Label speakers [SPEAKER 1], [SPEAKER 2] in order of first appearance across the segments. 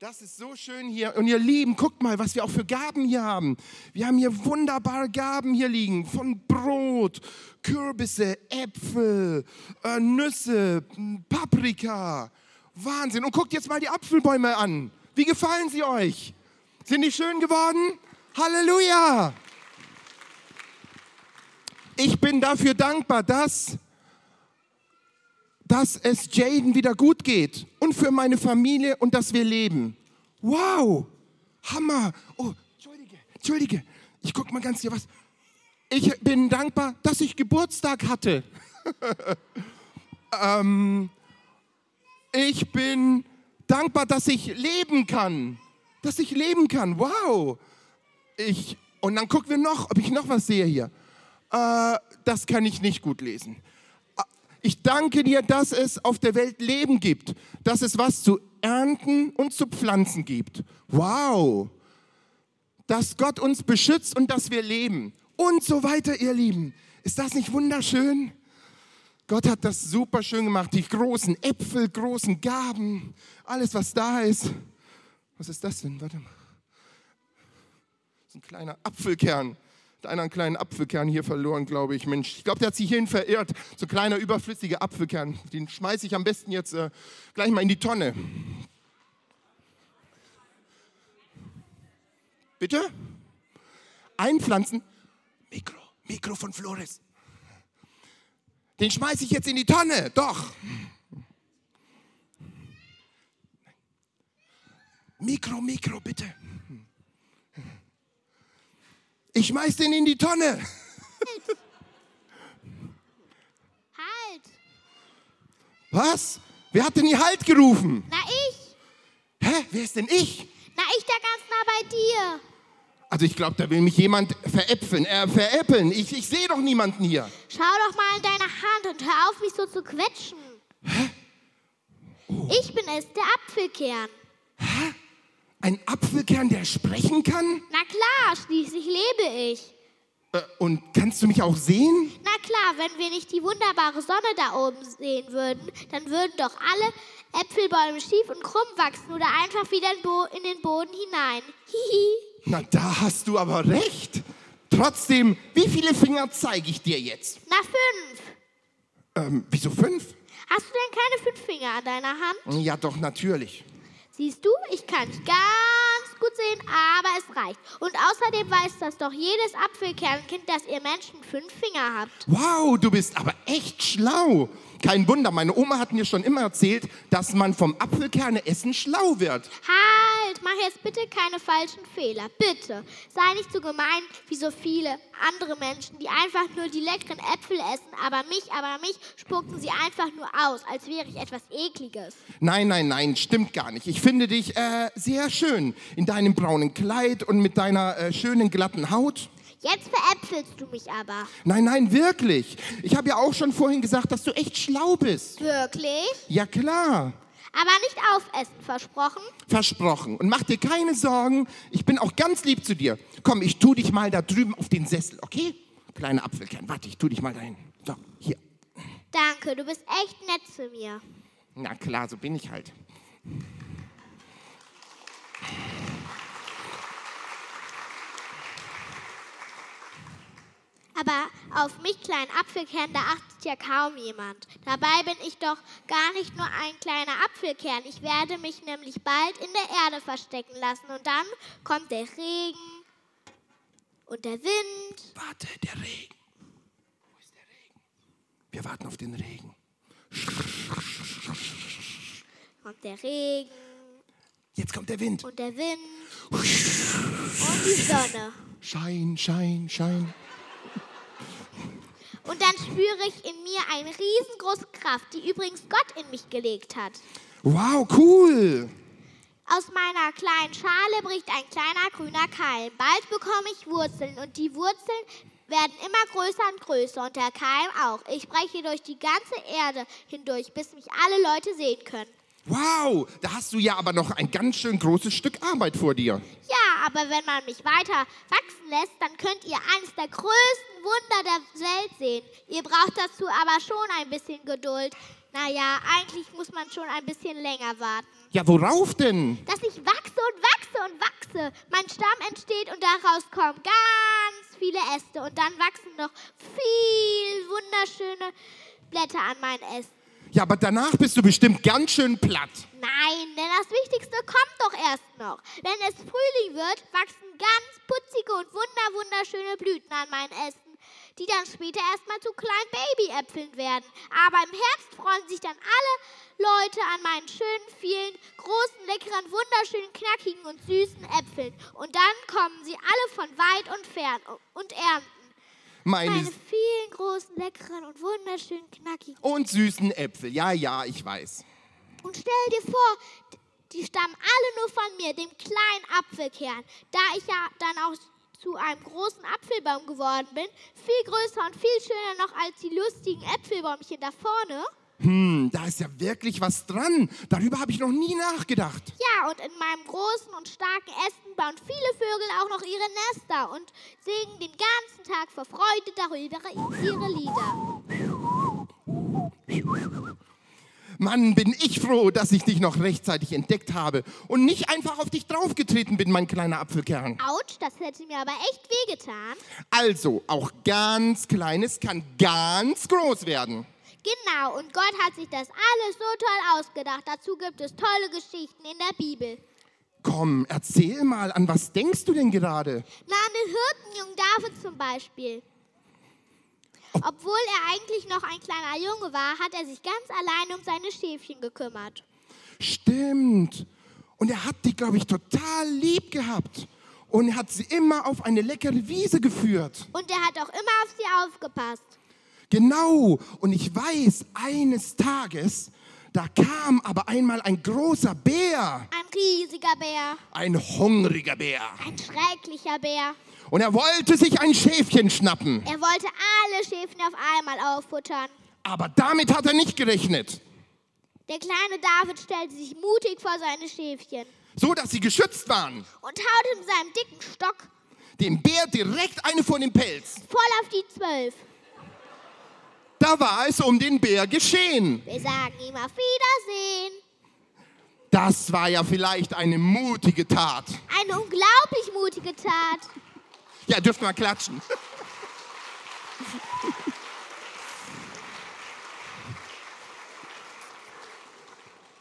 [SPEAKER 1] Das ist so schön hier. Und ihr Lieben, guckt mal, was wir auch für Gaben hier haben. Wir haben hier wunderbare Gaben hier liegen. Von Brot, Kürbisse, Äpfel, äh, Nüsse, m, Paprika. Wahnsinn. Und guckt jetzt mal die Apfelbäume an. Wie gefallen sie euch? Sind die schön geworden? Halleluja! Ich bin dafür dankbar, dass dass es Jaden wieder gut geht und für meine Familie und dass wir leben. Wow, Hammer. Oh, entschuldige, entschuldige. Ich guck mal ganz hier was. Ich bin dankbar, dass ich Geburtstag hatte. ähm, ich bin dankbar, dass ich leben kann. Dass ich leben kann. Wow. Ich, und dann gucken wir noch, ob ich noch was sehe hier. Äh, das kann ich nicht gut lesen. Ich danke dir, dass es auf der Welt Leben gibt, dass es was zu ernten und zu pflanzen gibt. Wow! Dass Gott uns beschützt und dass wir leben. Und so weiter, ihr Lieben. Ist das nicht wunderschön? Gott hat das super schön gemacht. Die großen Äpfel, großen Gaben, alles, was da ist. Was ist das denn? Warte mal. Das ist ein kleiner Apfelkern hat einer einen kleinen Apfelkern hier verloren, glaube ich. Mensch, ich glaube, der hat sich hierhin verirrt. So ein kleiner, überflüssiger Apfelkern. Den schmeiße ich am besten jetzt äh, gleich mal in die Tonne. Bitte? Einpflanzen? Mikro, Mikro von Flores. Den schmeiße ich jetzt in die Tonne, doch. Mikro, Mikro, bitte. Ich schmeiß den in die Tonne.
[SPEAKER 2] Halt!
[SPEAKER 1] Was? Wer hat denn hier Halt gerufen?
[SPEAKER 2] Na ich!
[SPEAKER 1] Hä? Wer ist denn ich?
[SPEAKER 2] Na ich da ganz nah bei dir!
[SPEAKER 1] Also ich glaube, da will mich jemand veräpfeln, äh, veräppeln. Ich, ich sehe doch niemanden hier.
[SPEAKER 2] Schau doch mal in deine Hand und hör auf, mich so zu quetschen! Ich bin es, der Apfelkern.
[SPEAKER 1] Ein Apfelkern, der sprechen kann?
[SPEAKER 2] Na klar, schließlich lebe ich.
[SPEAKER 1] Äh, und kannst du mich auch sehen?
[SPEAKER 2] Na klar, wenn wir nicht die wunderbare Sonne da oben sehen würden, dann würden doch alle Äpfelbäume schief und krumm wachsen oder einfach wieder in Bo- in den Boden hinein. Hihi.
[SPEAKER 1] Na, da hast du aber recht. Trotzdem, wie viele Finger zeige ich dir jetzt?
[SPEAKER 2] Na fünf.
[SPEAKER 1] Ähm, wieso fünf?
[SPEAKER 2] Hast du denn keine fünf Finger an deiner Hand?
[SPEAKER 1] Ja, doch, natürlich.
[SPEAKER 2] Siehst du, ich kann dich ganz gut sehen, aber es reicht. Und außerdem weiß das doch jedes Apfelkernkind, dass ihr Menschen fünf Finger habt.
[SPEAKER 1] Wow, du bist aber echt schlau. Kein Wunder, meine Oma hat mir schon immer erzählt, dass man vom Apfelkerne essen schlau wird.
[SPEAKER 2] Halt, mach jetzt bitte keine falschen Fehler. Bitte. Sei nicht so gemein wie so viele andere Menschen, die einfach nur die leckeren Äpfel essen, aber mich, aber mich spucken sie einfach nur aus, als wäre ich etwas Ekliges.
[SPEAKER 1] Nein, nein, nein, stimmt gar nicht. Ich finde dich äh, sehr schön in deinem braunen Kleid und mit deiner äh, schönen glatten Haut.
[SPEAKER 2] Jetzt veräpfelst du mich aber.
[SPEAKER 1] Nein, nein, wirklich. Ich habe ja auch schon vorhin gesagt, dass du echt schlau bist.
[SPEAKER 2] Wirklich?
[SPEAKER 1] Ja klar,
[SPEAKER 2] Aber nicht aufessen, versprochen?
[SPEAKER 1] versprochen. Und mach dir keine Sorgen, ich bin auch ganz lieb zu dir. Komm, ich tu dich mal da drüben auf den Sessel, okay? Kleiner Apfelkern, warte, ich tu dich mal dahin. So, hier.
[SPEAKER 2] Danke, du bist echt nett zu mir.
[SPEAKER 1] Na klar, so bin ich halt.
[SPEAKER 2] Aber auf mich kleinen Apfelkern, da achtet ja kaum jemand. Dabei bin ich doch gar nicht nur ein kleiner Apfelkern. Ich werde mich nämlich bald in der Erde verstecken lassen. Und dann kommt der Regen und der Wind.
[SPEAKER 1] Warte, der Regen. Wo ist der Regen? Wir warten auf den Regen.
[SPEAKER 2] Kommt der Regen
[SPEAKER 1] Jetzt kommt der Wind.
[SPEAKER 2] und der Wind und die Sonne.
[SPEAKER 1] Schein, Schein, Schein.
[SPEAKER 2] Und dann spüre ich in mir eine riesengroße Kraft, die übrigens Gott in mich gelegt hat.
[SPEAKER 1] Wow, cool.
[SPEAKER 2] Aus meiner kleinen Schale bricht ein kleiner grüner Keim. Bald bekomme ich Wurzeln und die Wurzeln werden immer größer und größer und der Keim auch. Ich breche durch die ganze Erde hindurch, bis mich alle Leute sehen können.
[SPEAKER 1] Wow, da hast du ja aber noch ein ganz schön großes Stück Arbeit vor dir.
[SPEAKER 2] Ja, aber wenn man mich weiter wachsen lässt, dann könnt ihr eines der größten Wunder der Welt sehen. Ihr braucht dazu aber schon ein bisschen Geduld. Naja, eigentlich muss man schon ein bisschen länger warten.
[SPEAKER 1] Ja, worauf denn?
[SPEAKER 2] Dass ich wachse. und wachse und wachse. Mein Stamm entsteht und daraus kommen ganz viele Äste. Und dann wachsen noch viel wunderschöne Blätter an meinen Ästen.
[SPEAKER 1] Ja, aber danach bist du bestimmt ganz schön platt.
[SPEAKER 2] Nein, denn das Wichtigste kommt doch erst noch. Wenn es Frühling wird, wachsen ganz putzige und wunder wunderschöne Blüten an meinen Ästen, die dann später erstmal zu kleinen Babyäpfeln werden. Aber im Herbst freuen sich dann alle Leute an meinen schönen, vielen, großen, leckeren, wunderschönen, knackigen und süßen Äpfeln. Und dann kommen sie alle von weit und fern und ernten
[SPEAKER 1] Meine
[SPEAKER 2] meine vielen, großen, leckeren und wunderschönen, knackigen.
[SPEAKER 1] und süßen Äpfel. Ja, ja, ich weiß.
[SPEAKER 2] Und stell dir vor, d- die stammen alle nur von mir, dem kleinen Apfelkern. Da ich ja dann auch zu einem großen Apfelbaum geworden bin, viel größer und viel schöner noch als die lustigen Äpfelbäumchen da vorne.
[SPEAKER 1] Hm, da ist ja wirklich was dran. Darüber habe ich noch nie nachgedacht.
[SPEAKER 2] Ja, und in meinem großen und starken Ästen bauen viele Vögel auch noch ihre Nester und singen den ganzen Tag vor Freude darüber ihre Lieder.
[SPEAKER 1] Mann, bin ich froh, dass ich dich noch rechtzeitig entdeckt habe und nicht einfach auf dich draufgetreten bin, mein kleiner Apfelkern.
[SPEAKER 2] Autsch, das hätte mir aber echt wehgetan.
[SPEAKER 1] Also, auch ganz Kleines kann ganz groß werden.
[SPEAKER 2] Genau, und Gott hat sich das alles so toll ausgedacht. Dazu gibt es tolle Geschichten in der Bibel.
[SPEAKER 1] Komm, erzähl mal, an was denkst du denn gerade?
[SPEAKER 2] Na, an den Hirtenjungen David zum Beispiel. Obwohl er eigentlich noch ein kleiner Junge war, hat er sich ganz allein um seine Schäfchen gekümmert.
[SPEAKER 1] Stimmt. Und er hat dich, glaube ich, total lieb gehabt. Und er hat sie immer auf eine leckere Wiese geführt.
[SPEAKER 2] Und er hat auch immer auf sie aufgepasst.
[SPEAKER 1] Genau. Und ich weiß, eines Tages, da kam aber einmal ein großer Bär,
[SPEAKER 2] Ein riesiger Bär,
[SPEAKER 1] ein hungriger Bär.
[SPEAKER 2] ein schrecklicher Bär.
[SPEAKER 1] Und er wollte sich ein Schäfchen schnappen.
[SPEAKER 2] Er wollte alle Schäfchen auf einmal auffuttern.
[SPEAKER 1] Aber damit hat er nicht gerechnet.
[SPEAKER 2] Der kleine David stellte sich mutig vor seine Schäfchen
[SPEAKER 1] So, dass sie geschützt waren.
[SPEAKER 2] und haute mit seinem dicken Stock
[SPEAKER 1] Dem Bär direkt eine vor den Pelz.
[SPEAKER 2] voll auf die Zwölf.
[SPEAKER 1] Da war es um den Bär geschehen.
[SPEAKER 2] Wir sagen ihm auf Wiedersehen.
[SPEAKER 1] Das war ja vielleicht eine mutige Tat.
[SPEAKER 2] Eine unglaublich mutige Tat.
[SPEAKER 1] Ja, dürft mal klatschen.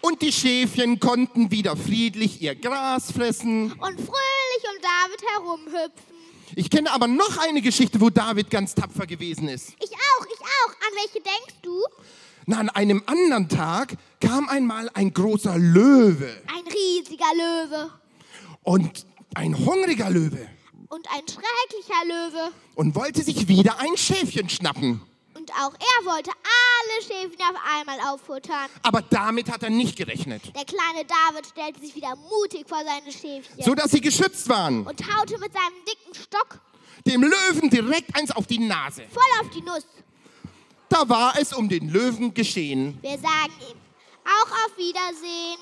[SPEAKER 1] Und die Schäfchen konnten wieder friedlich ihr Gras fressen.
[SPEAKER 2] Und fröhlich um David herumhüpfen.
[SPEAKER 1] Ich kenne aber noch eine Geschichte, wo David ganz tapfer gewesen ist.
[SPEAKER 2] Ich auch, ich auch. An welche denkst du?
[SPEAKER 1] Na, an einem anderen Tag kam einmal ein großer Löwe
[SPEAKER 2] Ein riesiger Löwe
[SPEAKER 1] und ein hungriger Löwe
[SPEAKER 2] und ein schrecklicher Löwe.
[SPEAKER 1] und wollte sich wieder ein Schäfchen schnappen.
[SPEAKER 2] Und auch er wollte alle Schäfchen auf einmal auffuttern.
[SPEAKER 1] Aber damit hat er nicht gerechnet,
[SPEAKER 2] Der kleine David stellte sich wieder mutig vor seine Schäfchen
[SPEAKER 1] sodass sie geschützt waren.
[SPEAKER 2] und haute mit seinem dicken Stock
[SPEAKER 1] Dem Löwen direkt eins auf die Nase.
[SPEAKER 2] voll auf die Nuss.
[SPEAKER 1] Da war es um den Löwen geschehen.
[SPEAKER 2] Wir sagen ihm auch auf Wiedersehen.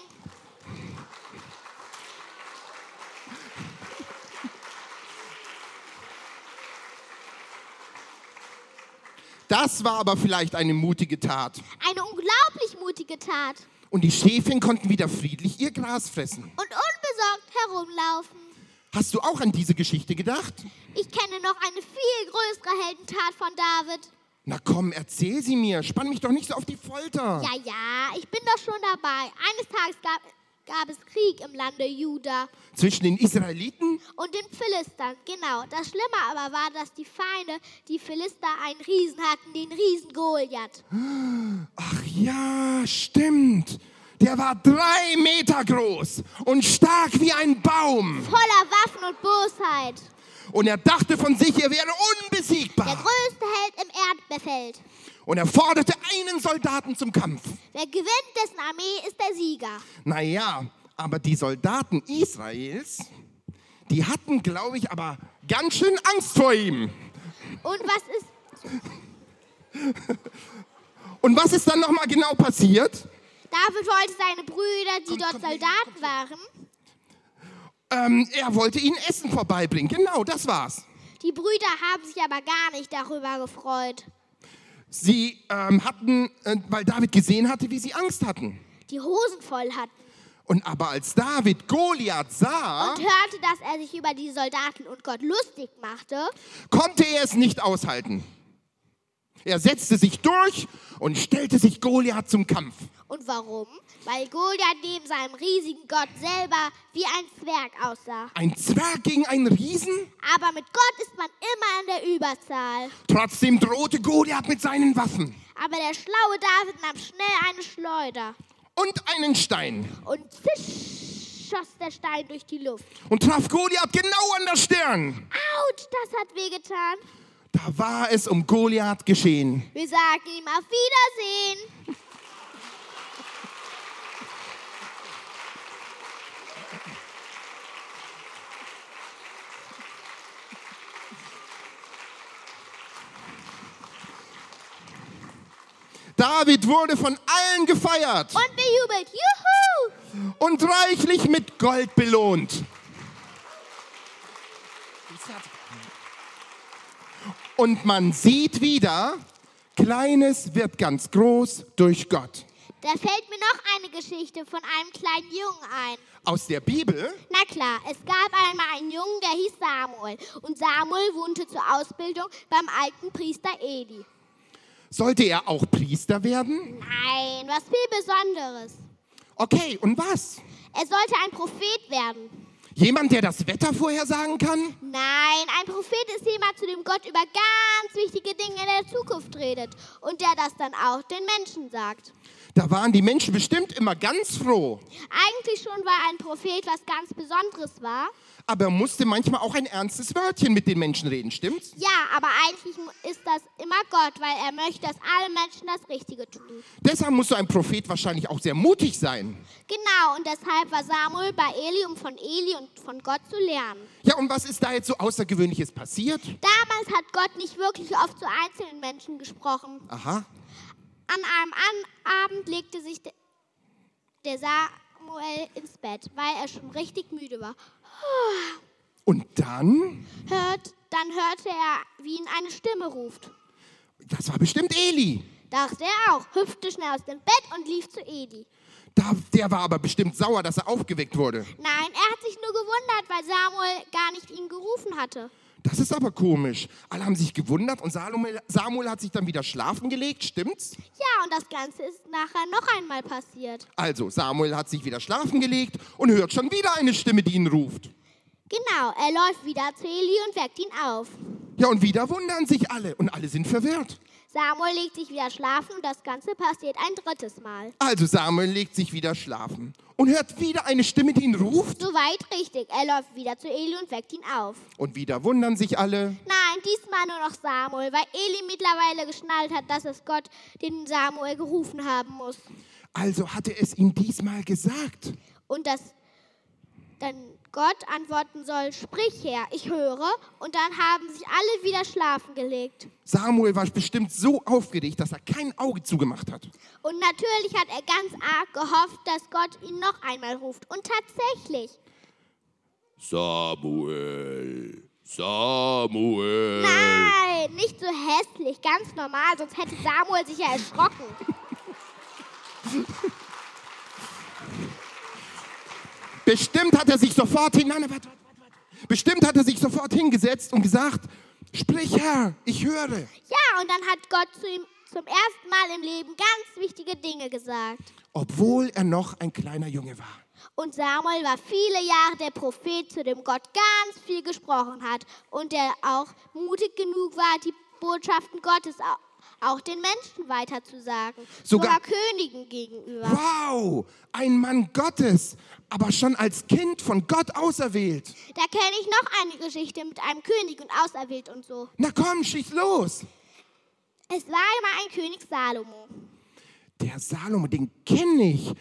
[SPEAKER 1] Das war aber vielleicht eine mutige Tat.
[SPEAKER 2] Eine unglaublich mutige Tat.
[SPEAKER 1] Und die Schäfchen konnten wieder friedlich ihr Gras fressen.
[SPEAKER 2] und unbesorgt herumlaufen.
[SPEAKER 1] Hast du auch an diese Geschichte gedacht?
[SPEAKER 2] Ich kenne noch eine viel größere Heldentat von David.
[SPEAKER 1] Na komm, erzähl sie mir. Spann mich doch nicht so auf die Folter.
[SPEAKER 2] Ja, ja, ich bin doch schon dabei. Eines Tages gab, gab es Krieg im Lande Juda
[SPEAKER 1] Zwischen den Israeliten
[SPEAKER 2] und den Philistern. Genau, das Schlimme aber war, dass die Feinde, die Philister, einen Riesen hatten, den Riesen Goliath.
[SPEAKER 1] Ach ja, stimmt. Der war drei Meter groß und stark wie ein Baum.
[SPEAKER 2] Voller Waffen und Bosheit.
[SPEAKER 1] Und er dachte von sich, er wäre
[SPEAKER 2] Der
[SPEAKER 1] unbesiegbar.
[SPEAKER 2] größte Held im Erdbefeld.
[SPEAKER 1] Und er forderte einen Soldaten zum Kampf.
[SPEAKER 2] Wer gewinnt, dessen Armee ist der Sieger.
[SPEAKER 1] Naja, aber die Soldaten Israels, die hatten, glaube ich, aber ganz schön Angst vor ihm.
[SPEAKER 2] Und was ist
[SPEAKER 1] Und was ist dann nochmal genau passiert?
[SPEAKER 2] David wollte seine Brüder, die dort
[SPEAKER 1] komm, Lilly,
[SPEAKER 2] Soldaten waren,
[SPEAKER 1] Ähm, er wollte ihnen Essen vorbeibringen. Genau, das war's.
[SPEAKER 2] Die Brüder haben sich aber gar nicht darüber gefreut.
[SPEAKER 1] Sie ähm, hatten, äh, weil David gesehen hatte, wie sie Angst hatten.
[SPEAKER 2] Die Hosen voll hatten.
[SPEAKER 1] Und aber als David Goliath sah,
[SPEAKER 2] und hörte, dass er sich über die Soldaten und Gott lustig machte,
[SPEAKER 1] konnte er es nicht aushalten. Er setzte sich durch und stellte sich Goliath zum Kampf.
[SPEAKER 2] Und warum? Weil Goliath neben seinem riesigen Gott selber wie ein Zwerg aussah.
[SPEAKER 1] Ein Zwerg gegen einen Riesen?
[SPEAKER 2] Aber mit Gott ist man immer in der Überzahl.
[SPEAKER 1] Trotzdem drohte Goliath mit seinen Waffen
[SPEAKER 2] Aber der schlaue David nahm schnell eine Schleuder
[SPEAKER 1] und einen Stein
[SPEAKER 2] und zisch schoss der Stein durch die Luft.
[SPEAKER 1] und traf Goliath genau an der Stirn.
[SPEAKER 2] Autsch, das hat wehgetan.
[SPEAKER 1] Da war es um Goliath geschehen.
[SPEAKER 2] Wir sagen ihm auf Wiedersehen.
[SPEAKER 1] David wurde von allen gefeiert
[SPEAKER 2] Und bejubelt. Juhu!
[SPEAKER 1] und reichlich mit Gold belohnt. Und man sieht wieder, Kleines wird ganz groß durch Gott.
[SPEAKER 2] Da fällt mir noch eine Geschichte von einem kleinen Jungen ein.
[SPEAKER 1] Aus der Bibel
[SPEAKER 2] Na klar, es gab einmal einen Jungen, der hieß Samuel. Und Samuel wohnte zur Ausbildung beim alten Priester Eli.
[SPEAKER 1] sollte er auch Priester werden?
[SPEAKER 2] Nein, was viel Besonderes.
[SPEAKER 1] Okay, und was?
[SPEAKER 2] Er sollte ein Prophet werden.
[SPEAKER 1] Jemand, der das Wetter vorhersagen kann?
[SPEAKER 2] Nein, ein Prophet ist jemand, zu dem Gott über ganz wichtige Dinge in der Zukunft redet und der das dann auch den Menschen sagt.
[SPEAKER 1] Da waren die Menschen bestimmt immer ganz froh.
[SPEAKER 2] Eigentlich schon, weil ein Prophet was ganz Besonderes war.
[SPEAKER 1] Aber er musste manchmal auch ein ernstes Wörtchen mit den Menschen reden, stimmt's?
[SPEAKER 2] Ja, aber eigentlich mu- ist das immer Gott, weil er möchte, dass alle Menschen das Richtige tun.
[SPEAKER 1] Deshalb muss so ein Prophet wahrscheinlich auch sehr mutig sein.
[SPEAKER 2] Genau, und deshalb war Samuel bei Eli, um von Eli und von Gott zu lernen.
[SPEAKER 1] Ja, und was ist da jetzt so Außergewöhnliches passiert?
[SPEAKER 2] Damals hat Gott nicht wirklich oft zu einzelnen Menschen gesprochen.
[SPEAKER 1] Aha.
[SPEAKER 2] An einem An Abend legte sich de der Samuel ins Bett, weil er schon richtig müde war.
[SPEAKER 1] Und dann?
[SPEAKER 2] Hört, dann hörte er, wie ihn eine Stimme ruft.
[SPEAKER 1] Das war bestimmt Eli.
[SPEAKER 2] Dachte er auch, hüpfte schnell aus dem Bett und lief zu Eli.
[SPEAKER 1] Da, der war aber bestimmt sauer, dass er aufgeweckt wurde.
[SPEAKER 2] Nein, er hat sich nur gewundert, weil Samuel gar nicht ihn gerufen hatte.
[SPEAKER 1] Das ist aber komisch. Alle haben sich gewundert und Salome, Samuel hat sich dann wieder schlafen gelegt, stimmt's?
[SPEAKER 2] Ja, und das Ganze ist nachher noch einmal passiert.
[SPEAKER 1] Also, Samuel hat sich wieder schlafen gelegt und hört schon wieder eine Stimme, die ihn ruft.
[SPEAKER 2] Genau, er läuft wieder zu Eli und weckt ihn auf.
[SPEAKER 1] Ja, und wieder wundern sich alle und alle sind verwirrt.
[SPEAKER 2] Samuel legt sich wieder schlafen und das Ganze passiert ein drittes Mal.
[SPEAKER 1] Also Samuel legt sich wieder schlafen und hört wieder eine Stimme, die ihn ruft.
[SPEAKER 2] Soweit richtig, er läuft wieder zu Eli und weckt ihn auf.
[SPEAKER 1] Und wieder wundern sich alle.
[SPEAKER 2] Nein, diesmal nur noch Samuel, weil Eli mittlerweile geschnallt hat, dass es Gott den Samuel gerufen haben muss.
[SPEAKER 1] Also hatte es ihm diesmal gesagt.
[SPEAKER 2] Und dass dann Gott antworten soll, sprich her, ich höre. Und dann haben sich alle wieder schlafen gelegt.
[SPEAKER 1] Samuel war bestimmt so aufgeregt, dass er kein Auge zugemacht hat.
[SPEAKER 2] Und natürlich hat er ganz arg gehofft, dass Gott ihn noch einmal ruft. Und tatsächlich,
[SPEAKER 1] Samuel, Samuel.
[SPEAKER 2] nein, nicht so hässlich, ganz normal, sonst hätte Samuel sich ja erschrocken.
[SPEAKER 1] Bestimmt hat er sich sofort hin. Nein, warte, warte, warte. Bestimmt hat er sich sofort hingesetzt und gesagt: Sprich, Herr, ich höre.
[SPEAKER 2] Ja, und dann hat Gott zu ihm zum ersten Mal im Leben ganz wichtige Dinge gesagt.
[SPEAKER 1] Obwohl er noch ein kleiner Junge war.
[SPEAKER 2] Und Samuel war viele Jahre der Prophet, zu dem Gott ganz viel gesprochen hat und der auch mutig genug war, die Botschaften Gottes au- auch den Menschen weiterzusagen,
[SPEAKER 1] Sogar-
[SPEAKER 2] sogar Königen gegenüber.
[SPEAKER 1] Wow, ein Mann Gottes, aber schon als Kind von Gott auserwählt.
[SPEAKER 2] Da kenne ich noch eine Geschichte mit einem König und auserwählt und so.
[SPEAKER 1] Na komm, schieß los.
[SPEAKER 2] Es war einmal ein König Salomo.
[SPEAKER 1] Der Salomo, den kenne ich.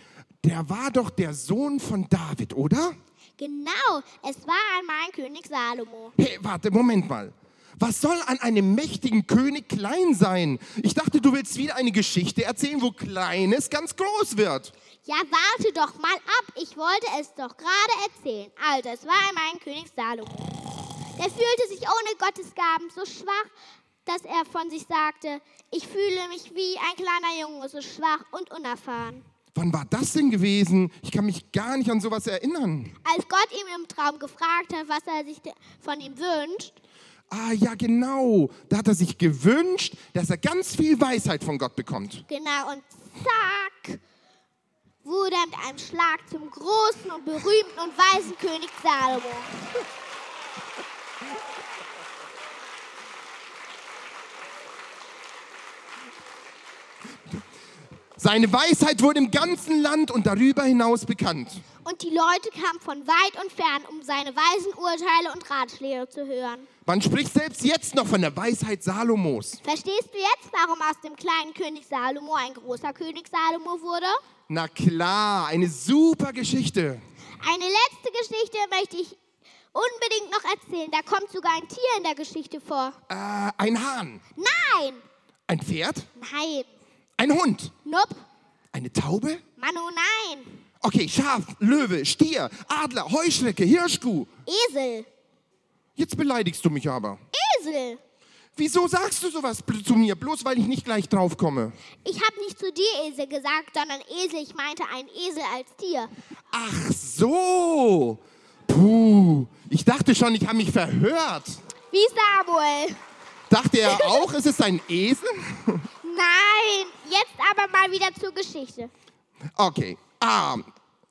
[SPEAKER 1] Der war doch der Sohn von David, oder?
[SPEAKER 2] Genau, es war einmal ein König Salomo.
[SPEAKER 1] Hey, warte, Moment mal. Was soll an einem mächtigen König klein sein? Ich dachte, du willst wieder eine Geschichte erzählen, wo Kleines ganz groß wird.
[SPEAKER 2] Ja, warte doch mal ab, ich wollte es doch gerade erzählen. Also, es war einmal ein König Salomo. Der fühlte sich ohne Gottesgaben so schwach, dass er von sich sagte, ich fühle mich wie ein kleiner Junge, so schwach und unerfahren.
[SPEAKER 1] Wann war das denn gewesen? Ich kann mich gar nicht an sowas erinnern.
[SPEAKER 2] Als Gott ihm im Traum gefragt hat, was er sich de- von ihm wünscht,
[SPEAKER 1] Ah ja, genau. Da hat er sich gewünscht, dass er ganz viel Weisheit von Gott bekommt.
[SPEAKER 2] genau, und zack, wurde er mit einem Schlag zum großen und berühmten und weisen König Salomo.
[SPEAKER 1] Seine Weisheit wurde im ganzen Land und darüber hinaus bekannt.
[SPEAKER 2] Und die Leute kamen von weit und fern, um seine weisen Urteile und Ratschläge zu hören.
[SPEAKER 1] Man spricht selbst jetzt noch von der Weisheit Salomos.
[SPEAKER 2] Verstehst du jetzt, warum aus dem kleinen König Salomo ein großer König Salomo wurde?
[SPEAKER 1] Na klar, eine super Geschichte.
[SPEAKER 2] Eine letzte Geschichte möchte ich unbedingt noch erzählen. Da kommt sogar ein Tier in der Geschichte vor.
[SPEAKER 1] Äh, ein Hahn,
[SPEAKER 2] Nein!
[SPEAKER 1] ein Pferd,
[SPEAKER 2] Nein!
[SPEAKER 1] ein Hund,
[SPEAKER 2] Nope!
[SPEAKER 1] eine Taube.
[SPEAKER 2] Manu, nein!
[SPEAKER 1] Okay, Schaf, Löwe, Stier, Adler, Heuschrecke, Hirschkuh.
[SPEAKER 2] Esel!
[SPEAKER 1] Jetzt beleidigst du mich aber.
[SPEAKER 2] Esel!
[SPEAKER 1] Wieso sagst du sowas bl- zu mir, bloß weil ich nicht gleich draufkomme?
[SPEAKER 2] Ich habe nicht zu dir Esel gesagt, sondern Esel. Ich meinte einen Esel als Tier.
[SPEAKER 1] Ach so. Puh, ich dachte schon, ich habe mich verhört.
[SPEAKER 2] Wie Samuel.
[SPEAKER 1] Dachte er auch, es ist ein Esel?
[SPEAKER 2] Nein! Jetzt aber mal wieder zur Geschichte.
[SPEAKER 1] Okay. Ah,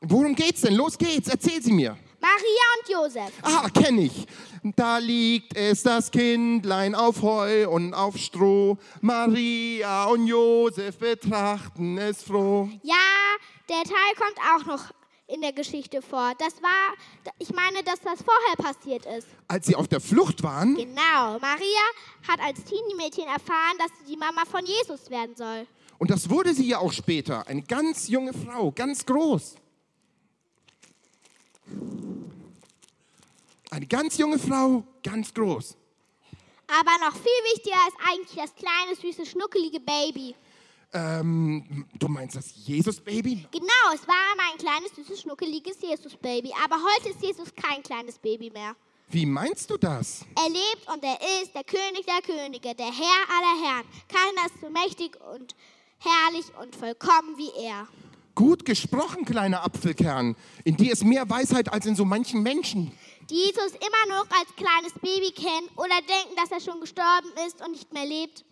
[SPEAKER 1] worum geht's denn? Los geht's, erzähl sie mir.
[SPEAKER 2] Maria und Josef.
[SPEAKER 1] Ah, kenn ich. Da liegt es das Kindlein auf Heu und auf Stroh. Maria und Josef betrachten es froh.
[SPEAKER 2] Ja, der Teil kommt auch noch in der Geschichte vor. Das war, ich meine, dass das vorher passiert ist.
[SPEAKER 1] Als sie auf der Flucht waren,
[SPEAKER 2] Genau, Maria hat als Teenie-Mädchen erfahren, dass sie die Mama von Jesus werden soll.
[SPEAKER 1] und das wurde sie ja auch später, eine ganz junge Frau, ganz groß. Eine ganz junge Frau, ganz groß.
[SPEAKER 2] Aber noch viel wichtiger ist eigentlich das kleine, süße, schnuckelige Baby.
[SPEAKER 1] Du meinst das Jesus-Baby?
[SPEAKER 2] Genau, es war einmal ein kleines, süßes, schnuckeliges Jesus-Baby. Aber heute ist Jesus kein kleines Baby mehr.
[SPEAKER 1] Wie meinst du das?
[SPEAKER 2] Er lebt und er ist der König der Könige, der Herr aller Herren. Keiner ist so mächtig und herrlich und vollkommen wie er.
[SPEAKER 1] Gut gesprochen, kleiner Apfelkern. In dir ist mehr Weisheit als in so manchen Menschen.
[SPEAKER 2] Die Jesus immer noch als kleines Baby kennen oder denken, dass er schon gestorben ist und nicht mehr lebt.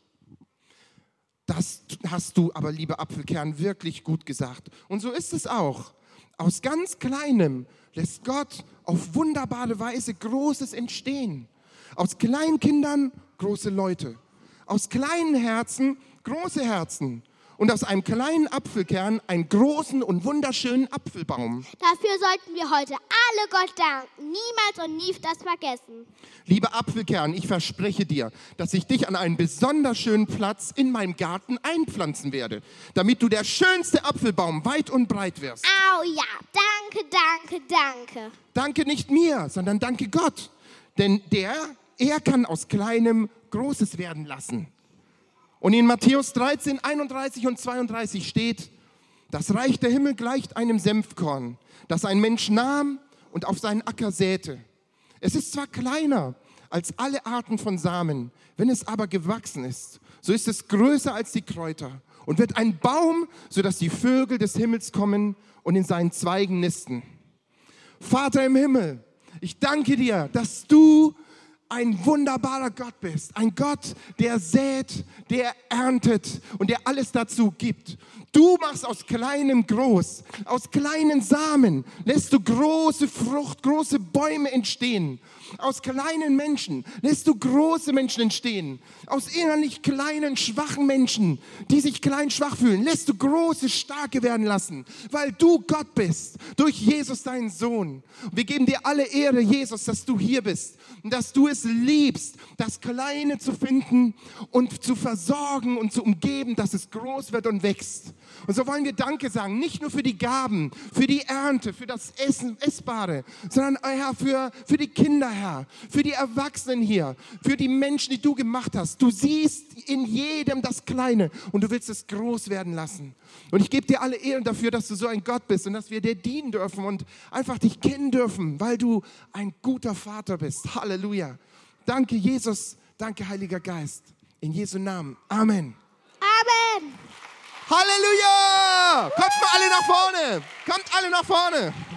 [SPEAKER 1] Das hast du aber, liebe Apfelkern, wirklich gut gesagt. Und so ist es auch. Aus ganz Kleinem lässt Gott auf wunderbare Weise Großes entstehen. Aus kleinen Kindern große Leute. Aus kleinen Herzen große Herzen. Und aus einem kleinen Apfelkern einen großen und wunderschönen Apfelbaum.
[SPEAKER 2] Dafür sollten wir heute alle Gott danken. Niemals und nie das vergessen.
[SPEAKER 1] Liebe Apfelkern, ich verspreche dir, dass ich dich an einen besonders schönen Platz in meinem Garten einpflanzen werde, damit du der schönste Apfelbaum weit und breit wirst.
[SPEAKER 2] Au ja, danke, danke, danke.
[SPEAKER 1] Danke nicht mir, sondern danke Gott. Denn der, er kann aus Kleinem Großes werden lassen. Und in Matthäus 13, 31 und 32 steht, das Reich der Himmel gleicht einem Senfkorn, das ein Mensch nahm und auf seinen Acker säte. Es ist zwar kleiner als alle Arten von Samen, wenn es aber gewachsen ist, so ist es größer als die Kräuter und wird ein Baum, sodass die Vögel des Himmels kommen und in seinen Zweigen nisten. Vater im Himmel, ich danke dir, dass du ein wunderbarer Gott bist. Ein Gott, der sät, der erntet und der alles dazu gibt. Du machst aus kleinem groß, aus kleinen Samen lässt du große Frucht, große Bäume entstehen. Aus kleinen Menschen lässt du große Menschen entstehen. Aus innerlich kleinen, schwachen Menschen, die sich klein, schwach fühlen, lässt du große, starke werden lassen, weil du Gott bist, durch Jesus, deinen Sohn. Wir geben dir alle Ehre, Jesus, dass du hier bist und dass du es liebst, das Kleine zu finden und zu versorgen und zu umgeben, dass es groß wird und wächst. Und so wollen wir Danke sagen, nicht nur für die Gaben, für die Ernte, für das Essen, Essbare, sondern, oh Herr, für, für die Kinder, Herr, für die Erwachsenen hier, für die Menschen, die du gemacht hast. Du siehst in jedem das Kleine und du willst es groß werden lassen. Und ich gebe dir alle Ehren dafür, dass du so ein Gott bist und dass wir dir dienen dürfen und einfach dich kennen dürfen, weil du ein guter Vater bist. Halleluja. Danke, Jesus. Danke, Heiliger Geist. In Jesu Namen. Amen.
[SPEAKER 2] Amen.
[SPEAKER 1] Halleluja! Kommt mal alle nach vorne! Kommt alle nach vorne!